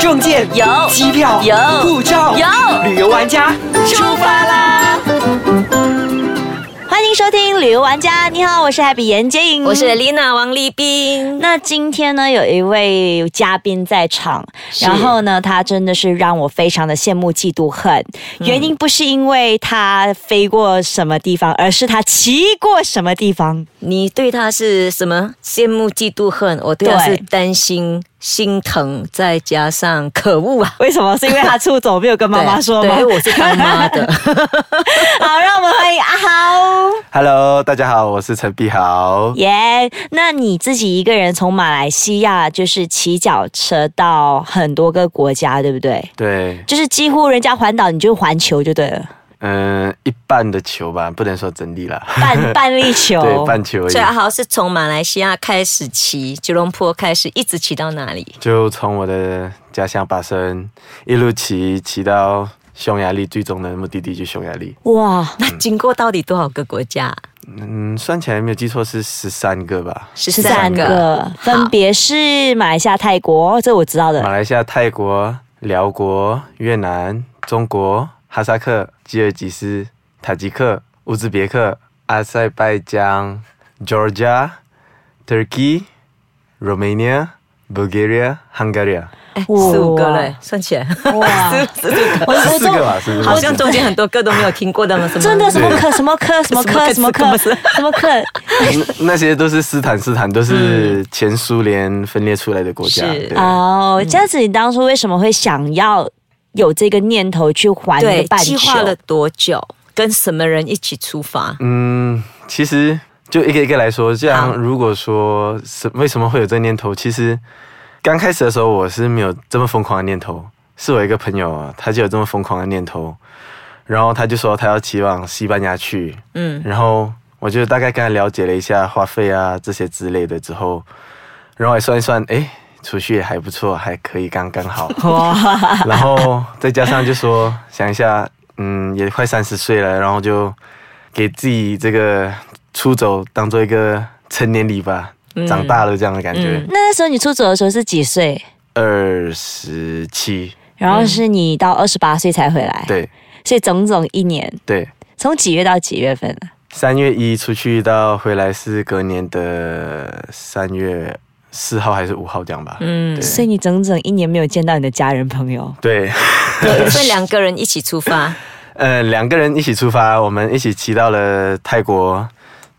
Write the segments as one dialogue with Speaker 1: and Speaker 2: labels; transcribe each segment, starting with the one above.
Speaker 1: 证件
Speaker 2: 有
Speaker 1: 机票
Speaker 2: 有
Speaker 1: 护照
Speaker 2: 有
Speaker 1: 旅游玩家出发啦！
Speaker 3: 欢迎收听《旅游玩家》，你好，我是 Happy 严洁莹，
Speaker 2: 我是 Lina 王立斌。
Speaker 3: 那今天呢，有一位嘉宾在场，
Speaker 2: 是
Speaker 3: 然后呢，他真的是让我非常的羡慕、嫉妒、恨。
Speaker 2: 嗯
Speaker 3: 原因不是因为他飞过什么地方，而是他骑过什么 地方。
Speaker 2: 你对他是什么羡慕、嫉妒、恨？我对他
Speaker 3: 对
Speaker 2: 是担心、心疼，再加上可恶啊！
Speaker 3: 为什么？是因为他出走没有跟妈妈说
Speaker 2: 对啊
Speaker 3: 吗？
Speaker 2: 对，我是当妈 的。
Speaker 3: 好，让我们欢迎阿豪
Speaker 4: Hello，大家好，我是陈碧豪。
Speaker 3: 耶。那你自己一个人从马来西亚就是骑脚车到很多个国家，对不对？
Speaker 4: 对，
Speaker 3: 就是几乎人家环岛你就环球就对了，
Speaker 4: 嗯、一半的球吧，不能说真力啦，
Speaker 3: 半半粒球。
Speaker 4: 对，半球而
Speaker 2: 所以阿
Speaker 4: 已。
Speaker 2: 豪是啊从马来西亚开始骑，吉隆坡开始，一直骑到哪里？
Speaker 3: 嗯
Speaker 4: 就从我的家乡巴生一路骑骑到匈牙利，最终的目的地就匈牙利。
Speaker 3: 哇，
Speaker 2: 那经过到底多少个国家？
Speaker 4: 嗯，算起来没有记错是十三个吧。
Speaker 2: 十
Speaker 3: 十三个，分别是马来西亚、泰国，这我知道
Speaker 4: 马
Speaker 3: 的。
Speaker 4: 来西亚、泰国、辽国、越南、中国、哈萨克、吉尔吉斯、塔吉克、乌兹别克、阿塞拜疆、Georgia、Turkey、Romania、Bulgaria、Hungary。
Speaker 2: 哎
Speaker 3: 哇
Speaker 2: 十五个嘞，算起来，
Speaker 3: 哇，
Speaker 2: 十五
Speaker 3: 我
Speaker 2: 个，
Speaker 3: 我
Speaker 4: 四
Speaker 3: 这
Speaker 4: 个吧，是不是？
Speaker 2: 好像中间很多歌都没有听过的嘛，什么
Speaker 3: 真的什么课什么课什么课什
Speaker 2: 什
Speaker 3: 么
Speaker 2: 么
Speaker 3: 课
Speaker 2: 课
Speaker 3: 什么课，
Speaker 4: 那那些都是斯坦斯坦，都是前苏联分裂出来的国家。
Speaker 2: 嗯是啊
Speaker 4: 对嗯
Speaker 3: 哦，这样子你当初为什么会想要有这个念头去环那
Speaker 2: 对
Speaker 3: 个半，
Speaker 2: 计
Speaker 3: 球？
Speaker 2: 划了多久？跟什么人一起出发？
Speaker 4: 嗯，其实就一个一个来说，这样
Speaker 2: 好
Speaker 4: 如果说什为什么会有这个念头，其实刚开始的时候我是没有这么疯狂的念头，是我一个朋友啊，他就有这么疯狂的念头，然后他就说他要骑往西班牙去，
Speaker 2: 嗯，
Speaker 4: 然后我就大概跟他了解了一下花费啊这些之类的之后，然后也算一算，诶，储蓄也还不错，还可以刚 刚好，然后再加上就说想一下，嗯，也快三十岁了，然后就给自己这个出走当做一个成年礼吧，长大了这样的感觉
Speaker 2: 嗯。
Speaker 3: 那那时候你出走的时候是几岁？
Speaker 4: 二十七，
Speaker 3: 然后是你到二十八岁才回来，，
Speaker 4: 对
Speaker 3: 所以整整一年，
Speaker 4: 对，
Speaker 3: 从几月到几月份啊？
Speaker 4: 三月一出去到回来是隔年的三月四号还是五号这样吧？
Speaker 2: 嗯，
Speaker 3: 所以你整整一年没有见到你的家人朋友，
Speaker 4: 对，
Speaker 2: 所以两个人一起出发，
Speaker 4: 呃，两个人一起出发，我们一起骑到了泰国，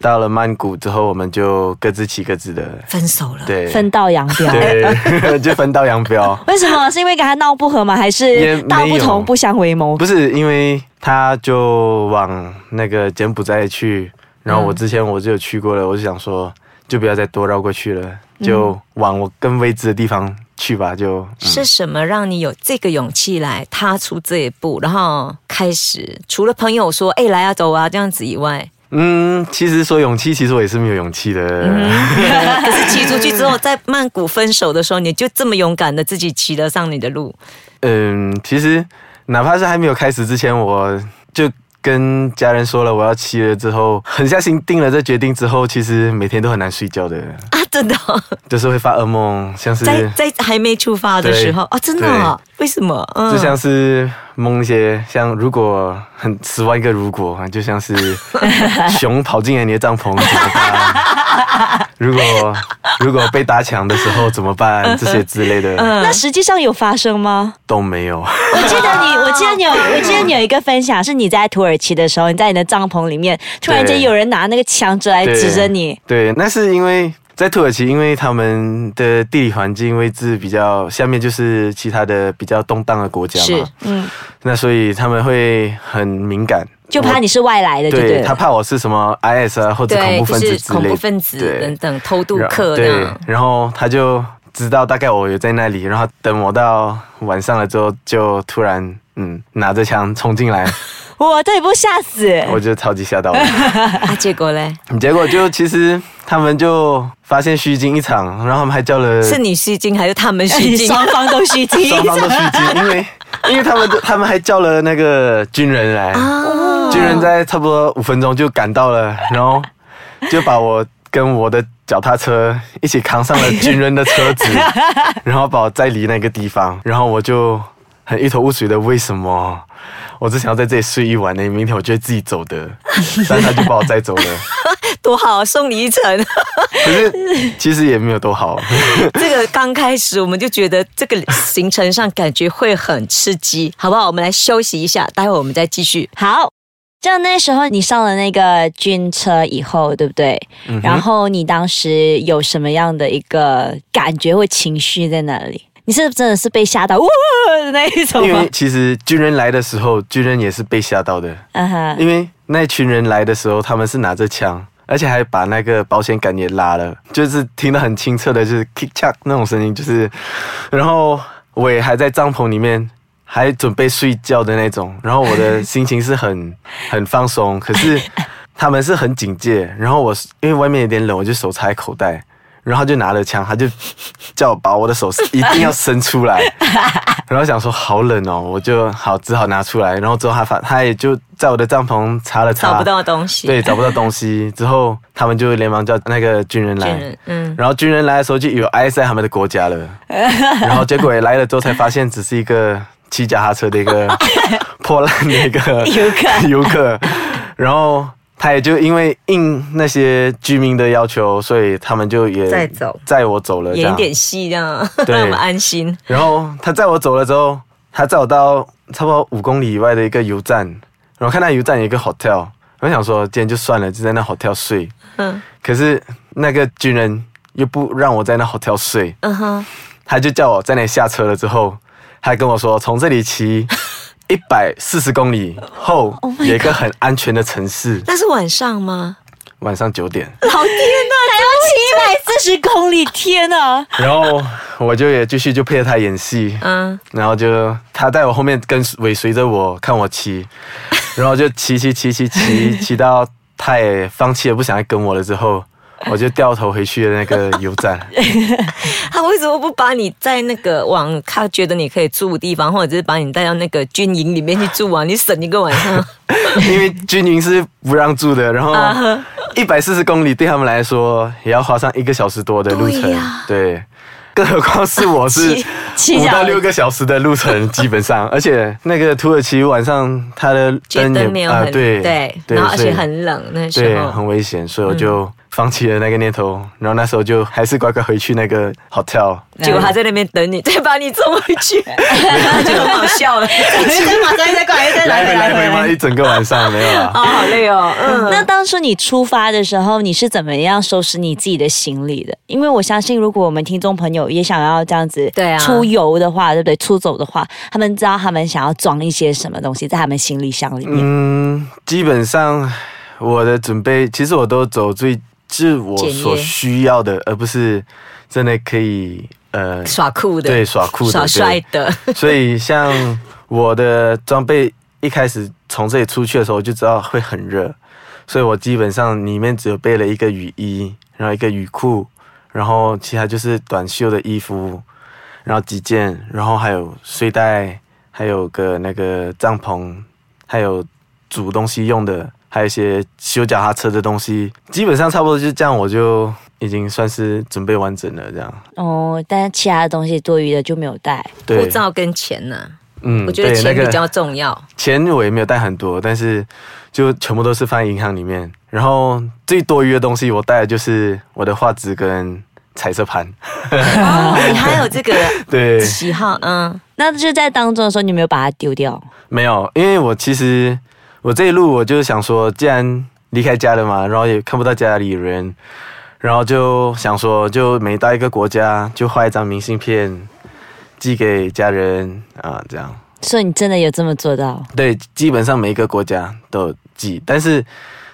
Speaker 4: 到了曼谷之后，我们就各自骑各自的，
Speaker 2: 分手了。
Speaker 4: 对，
Speaker 3: 分道扬镳。
Speaker 4: 对， 就分道扬镳。
Speaker 3: 为什么？是因为跟他闹不和吗？还
Speaker 4: 也
Speaker 3: 是
Speaker 4: 没有
Speaker 3: 道不同不相为谋？
Speaker 4: 不是因为他就往那个柬埔寨去，
Speaker 2: 嗯
Speaker 4: 然后我之前我就有去过了，我就想说就不要再多绕过去了，
Speaker 2: 嗯
Speaker 4: 就往我更未知的地方去吧。就、嗯
Speaker 2: 是什么让你有这个勇气来踏出这一步，然后开始？除了朋友说“哎，来啊，走啊”这样子以 外，
Speaker 4: 嗯，其实说勇气，其实我也是没有勇气的。
Speaker 2: 嗯可是骑出去之后，在曼谷分手的时候，你就这么勇敢的自己骑了上你的路。
Speaker 4: 嗯，其实哪怕是还没有开始之前，我就跟家人说了我要骑了之后，狠下心定了这决定之后，其实每天都很难睡觉的，
Speaker 2: 啊，真的哦、
Speaker 4: 就是会发噩梦，像是
Speaker 2: 在在还没出发的时候
Speaker 4: 对
Speaker 2: 啊，真的哦、为什么？嗯
Speaker 4: 就像是蒙一些像如果很十万个如果，就 像是熊跑进来你的帐篷怎么办？如果如果被搭墙的时候怎 么办？这些之类
Speaker 2: 嗯
Speaker 4: 的
Speaker 3: 那实际上有发生吗？
Speaker 4: 都没有。
Speaker 3: 我记得你，我记得你有，我记得你有一个分享，是你在土耳其的时候，你在你的帐篷里面，突然间有人拿那个枪指来
Speaker 4: 对
Speaker 3: 指着你，
Speaker 4: 对，那是因为在土耳其，因为他们的地理环境位置比较下面，就是其他的比较动荡的国家
Speaker 2: 是
Speaker 4: 嘛。嗯，那所以他们会很敏感，
Speaker 3: 就怕你是外来的，对不
Speaker 4: 对
Speaker 3: 对
Speaker 4: 他
Speaker 3: 了？
Speaker 4: 怕我是什么 IS 啊，或者恐
Speaker 2: 对，
Speaker 4: 怖分
Speaker 2: 就
Speaker 4: 子
Speaker 2: 是
Speaker 4: 之类的。
Speaker 2: 恐怖分子
Speaker 4: 对
Speaker 2: 等等偷渡
Speaker 4: 然
Speaker 2: 客这
Speaker 4: 对
Speaker 2: 样，，
Speaker 4: 然后他就知道大概我有在那里，然后等我到晚上了之后，就突然嗯拿着枪冲进来，
Speaker 3: 哇，这也不吓死！
Speaker 4: 我就超级吓到了。
Speaker 2: 啊，结果嘞，
Speaker 4: 结果就其实他们就发现虚惊一场，然后他们还叫了
Speaker 2: 是你虚惊还是他们
Speaker 4: 哎
Speaker 2: 虚惊？
Speaker 3: 双方都虚惊。
Speaker 4: 双方都虚惊，因为因为他们都他们还叫了那个军人来，
Speaker 2: 啊
Speaker 4: 军人在差不多五分钟就赶到了，然后就把我跟我的脚踏车一起扛上了军人的车子，然后把我载离那个地方，然后我就很一头雾水的为什么。我只想要在这里睡一晚呢，明天我就会自己走的，但他就把我载走了。
Speaker 2: 多好，啊送你一程。
Speaker 4: 可是其实也没有多好，
Speaker 2: 这个刚开始我们就觉得这个行程上感觉会很刺激，好不好？我们来休息一下，待会我们再继续。
Speaker 3: 好，就那时候你上了那个军车以后，对不对？
Speaker 2: 嗯
Speaker 3: 然后你当时有什么样的一个感觉或情绪在那里？你是真的是被吓到哇的那一种
Speaker 4: 因
Speaker 3: 吗
Speaker 4: 为？其实军人来的时候，军人也是被吓到的，
Speaker 3: 嗯哼，
Speaker 4: 因为那群人来的时候，他们是拿着枪，而且还把那个保险杆也拉了，就是听得很清澈的，就是 kick c h a k 那种声音，就是，然后我也还在帐篷里面。还准备睡觉的那种，然后我的心情是很 很放松，可 是他们是很警戒，然后我因为外面有点冷，我就手插在口袋，然后他就拿了枪，他就叫我把我的手一定要伸 出来，然后想说好冷哦，我就好只好拿出来，然后之后他发他也就在我的帐篷查了查，
Speaker 2: 找不到东西，
Speaker 4: 啊对，找不到 东西，之后他们就连忙叫那个军人来，
Speaker 2: 军人嗯
Speaker 4: 然后军人来的时候就以为 IS 在他们的国 家了，然后结果也来了之后才发现只是一个骑脚踏车的 一个破烂的一个
Speaker 3: 游客
Speaker 4: 游客，然后。他也就因为应那些居民的要求，所以他们就也
Speaker 2: 载走
Speaker 4: 载我走了，这
Speaker 2: 演一
Speaker 4: 样。
Speaker 2: 点戏这样，
Speaker 4: 对
Speaker 2: 让我们安心。
Speaker 4: 然后他载我走了之后，他载我到差不多五公里以外的一个油站，然后看到油站有一个 hotel，我想说今天就算了，就在那 hotel 睡。
Speaker 2: 嗯
Speaker 4: 可是那个军人又不让我在那 hotel 睡，
Speaker 2: 嗯哼，
Speaker 4: 他就叫我在那里下车了之后，他跟我说从这里骑一百四十公里后有一个很安全的城市，
Speaker 2: 那是晚上吗？
Speaker 4: 晚上九点。
Speaker 2: 老天呐、
Speaker 3: 才要七百四十公里，天啊！
Speaker 4: 然后我就也继续就配合他演戏，
Speaker 2: 嗯，
Speaker 4: 然后就他在我后面跟尾随着我看我骑，然后就骑骑骑骑骑骑到他也放弃了，不想再跟我了之后，我就掉头回去那个油站。
Speaker 2: 他为什么不把你在那个往他觉得你可以住的地方，或者是把你带到那个军营里面去住啊？你省一个晚 上。
Speaker 4: 因为军营是不让住的，然后
Speaker 2: 啊
Speaker 4: 一百四十公里对他们来说也要花上一个小时多的路程，
Speaker 2: 对
Speaker 4: 对,、
Speaker 2: 呀
Speaker 4: 更何况是 我是
Speaker 3: 骑骑
Speaker 4: 五
Speaker 3: 脚
Speaker 4: 到六个小时的路程，基本上，而且那个土耳其晚上它的
Speaker 2: 觉
Speaker 4: 灯也
Speaker 2: 得没有很、
Speaker 4: 啊对
Speaker 2: 对，然后而
Speaker 4: 所以
Speaker 2: 且很冷那时
Speaker 4: 对
Speaker 2: 候嗯
Speaker 4: 很，危险，所以我就放弃了那个念头，然后那时候就还是乖乖回去那个 hotel，
Speaker 2: 结果他在那边等你， 再把你送回 去，就很好 笑了。
Speaker 3: 再马上再过来，再
Speaker 4: 来回来回嘛，一整个晚上没有啦。
Speaker 2: 啊、好累哦，嗯，
Speaker 3: 那当初你出发的时候，你是怎么样收拾你自己的行李的？因为我相信，如果我们听众朋友也想要这样子
Speaker 2: 对啊
Speaker 3: 出游的话，对不对？出走的话，他们知道他们想要装一些什么东西在他们行李箱里面。
Speaker 4: 嗯，基本上我的准备，其实我都走最是我
Speaker 2: 简约
Speaker 4: 所需要的，而不是真的可以呃
Speaker 2: 耍酷的，
Speaker 4: 对耍酷的
Speaker 2: 耍帅的，
Speaker 4: 对所以像 我的装备一开始从这里出去的时候，我就知道会很热，所以我基本上里面只有备了一个雨衣，然后一个雨裤，然后其他就是短袖的衣服，然后几件，然后还有睡袋，还有个那个帐篷，还有煮东西用的，还有一些修脚踏车的东西，基本上差不多就这样，我就已经算是准备完整了。这样，
Speaker 3: 哦，但是其他的东西多余的就没有带。
Speaker 4: 对，
Speaker 2: 护照跟钱呢、
Speaker 4: 嗯
Speaker 2: 我觉得
Speaker 4: 对
Speaker 2: 钱
Speaker 4: 那个
Speaker 2: 比较重要。
Speaker 4: 钱我也没有带很多，但是就全部都是放在银行里面。然后最多余的东西我带的就是我的画纸跟彩色盘。
Speaker 2: 哦，你还有这 个
Speaker 4: 对，
Speaker 2: 喜好，嗯，
Speaker 3: 那就在当中的时候，你没有把它丢掉。
Speaker 4: 没有，因为我其实我这一路我就想说，既然离开家了嘛，然后也看不到家里人，然后就想说，就每到一个国家就画一张明信片寄给家人啊，这样。
Speaker 3: 所以你真的有这么做到？
Speaker 4: 对，基本上每一个国家都有寄，但是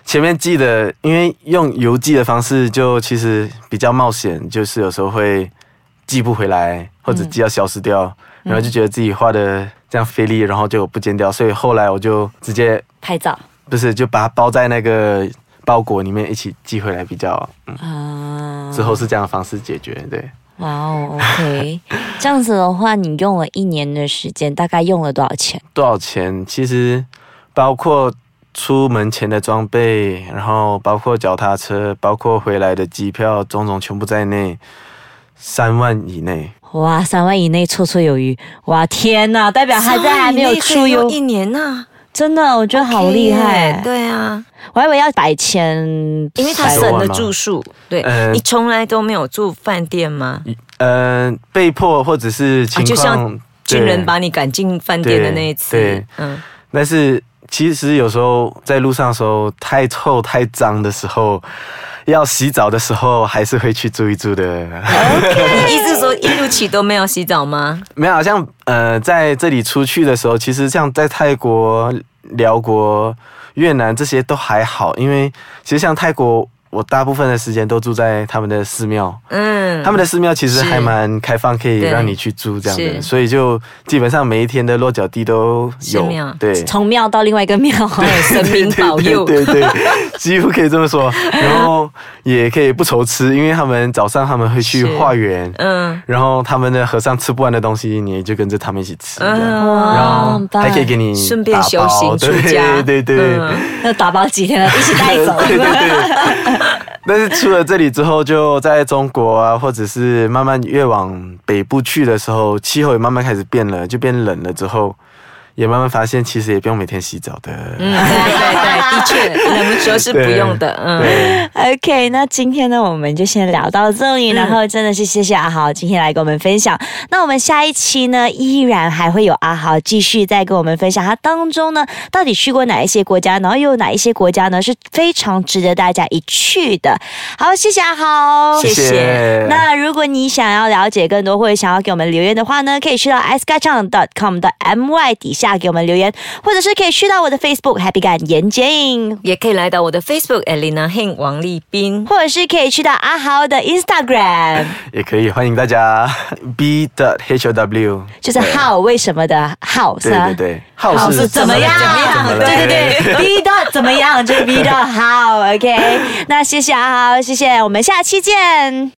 Speaker 4: 前面寄的，因为用邮寄的方式就其实比较冒险，就是有时候会寄不回来，或者寄到消失掉，然后就觉得自己画的这样费力，然后就不见掉，所以后来我就直接
Speaker 3: 拍照
Speaker 4: 不是就把它包在那个包裹里面一起寄回来比较，嗯，
Speaker 3: 啊？
Speaker 4: 之后是这样的方式解决，对。
Speaker 3: 哇哦，OK，这样子的话，你用了一年的时间，大概用了多少钱？
Speaker 4: 多少钱？其实包括出门前的装备，然后包括脚踏车，包括回来的机票，种种全部在内，三万以内。
Speaker 3: 哇，三万以内绰绰有余，哇天呐，代表他在还没有出游，
Speaker 2: 一年呐、
Speaker 3: 真的我觉得好厉害。
Speaker 2: 对啊，
Speaker 3: 我还以为要百千，
Speaker 2: 因为他
Speaker 4: 百
Speaker 2: 省
Speaker 4: 多万
Speaker 2: 了
Speaker 4: 吗
Speaker 2: 住宿，对、
Speaker 4: 呃
Speaker 2: 你从来都没有住饭店吗？
Speaker 4: 嗯、被迫或者是情
Speaker 2: 啊就像
Speaker 4: 况，对
Speaker 2: 军人把你赶进饭店的那一次
Speaker 4: 对，
Speaker 2: 嗯，
Speaker 4: 但是其实有时候在路上的时候太臭太脏的时候，要洗澡的时候还是会去住一住的。
Speaker 2: 你意思说一路起都没有洗澡吗？
Speaker 4: 没有，好像呃，在这里出去的时候，其实像在泰国、辽国、越南这些都还好，因为其实像泰国，我大部分的时间都住在他们的寺庙，
Speaker 2: 嗯，
Speaker 4: 他们的寺庙其实
Speaker 2: 是
Speaker 4: 还蛮开放，可以
Speaker 2: 对
Speaker 4: 让你去住这样的，
Speaker 2: 是
Speaker 4: 所以就基本上每一天的落脚地都
Speaker 2: 寺
Speaker 4: 有
Speaker 2: 庙，
Speaker 4: 对，
Speaker 3: 从庙到另外一个庙，
Speaker 2: 神明保佑，
Speaker 4: 对对对，几乎可以这么说。然后也可以不愁吃，因为他们早上他们会去
Speaker 2: 是
Speaker 4: 化缘，
Speaker 2: 嗯，
Speaker 4: 然后他们的和尚吃不完的东西，你就跟着他们一起吃，这样
Speaker 2: 嗯
Speaker 4: 然
Speaker 3: 哇
Speaker 4: 后
Speaker 3: 很棒
Speaker 4: 还可以给你
Speaker 2: 顺便
Speaker 4: 打
Speaker 2: 修
Speaker 4: 包
Speaker 2: 行出家，
Speaker 4: 对对对对。
Speaker 2: 嗯
Speaker 3: 要打包几天了，一起带 走。
Speaker 4: 对对对，但是出了这里之后，就在中国啊，或者是慢慢越往北部去的时候，气候也慢慢开始变了，就变冷了之后，也慢慢发现其实也不用每天洗澡的。
Speaker 2: 嗯，对对对，的 确，冷的时候是不用的，嗯，
Speaker 4: 对
Speaker 3: OK，那今天呢，我们就先聊到这
Speaker 2: 嗯
Speaker 3: 里，然后真的是谢谢阿豪今天来跟我们分享。那我们下一期呢，依然还会有阿豪继续再跟我们分享他当中呢，到底去过哪一些国家，然后又有哪一些国家呢是非常值得大家一去的。好，谢谢阿豪，
Speaker 2: 谢谢
Speaker 3: 嗯那如果你想要了解更多，或者想要给我们留言的话呢，可以去到 s k a c h a n g c o m 的 my 底下给我们留言，或者是可以去到我的 Facebook Happy 感言剪影，
Speaker 2: 也可以来到我的 Facebook Elena Heng 王立斌。
Speaker 3: 或者是可以去到阿豪的 Instagram，
Speaker 4: 也可以，欢迎大家 B 的 H O W，
Speaker 3: 就是好为什么的好是
Speaker 4: 对
Speaker 3: 吧
Speaker 4: 啊对？对，好
Speaker 3: 好是怎么样？
Speaker 4: 怎么了
Speaker 3: 对对对，B 的怎么样？就是 B 的好，OK。那谢谢阿豪，谢谢，我们下期见。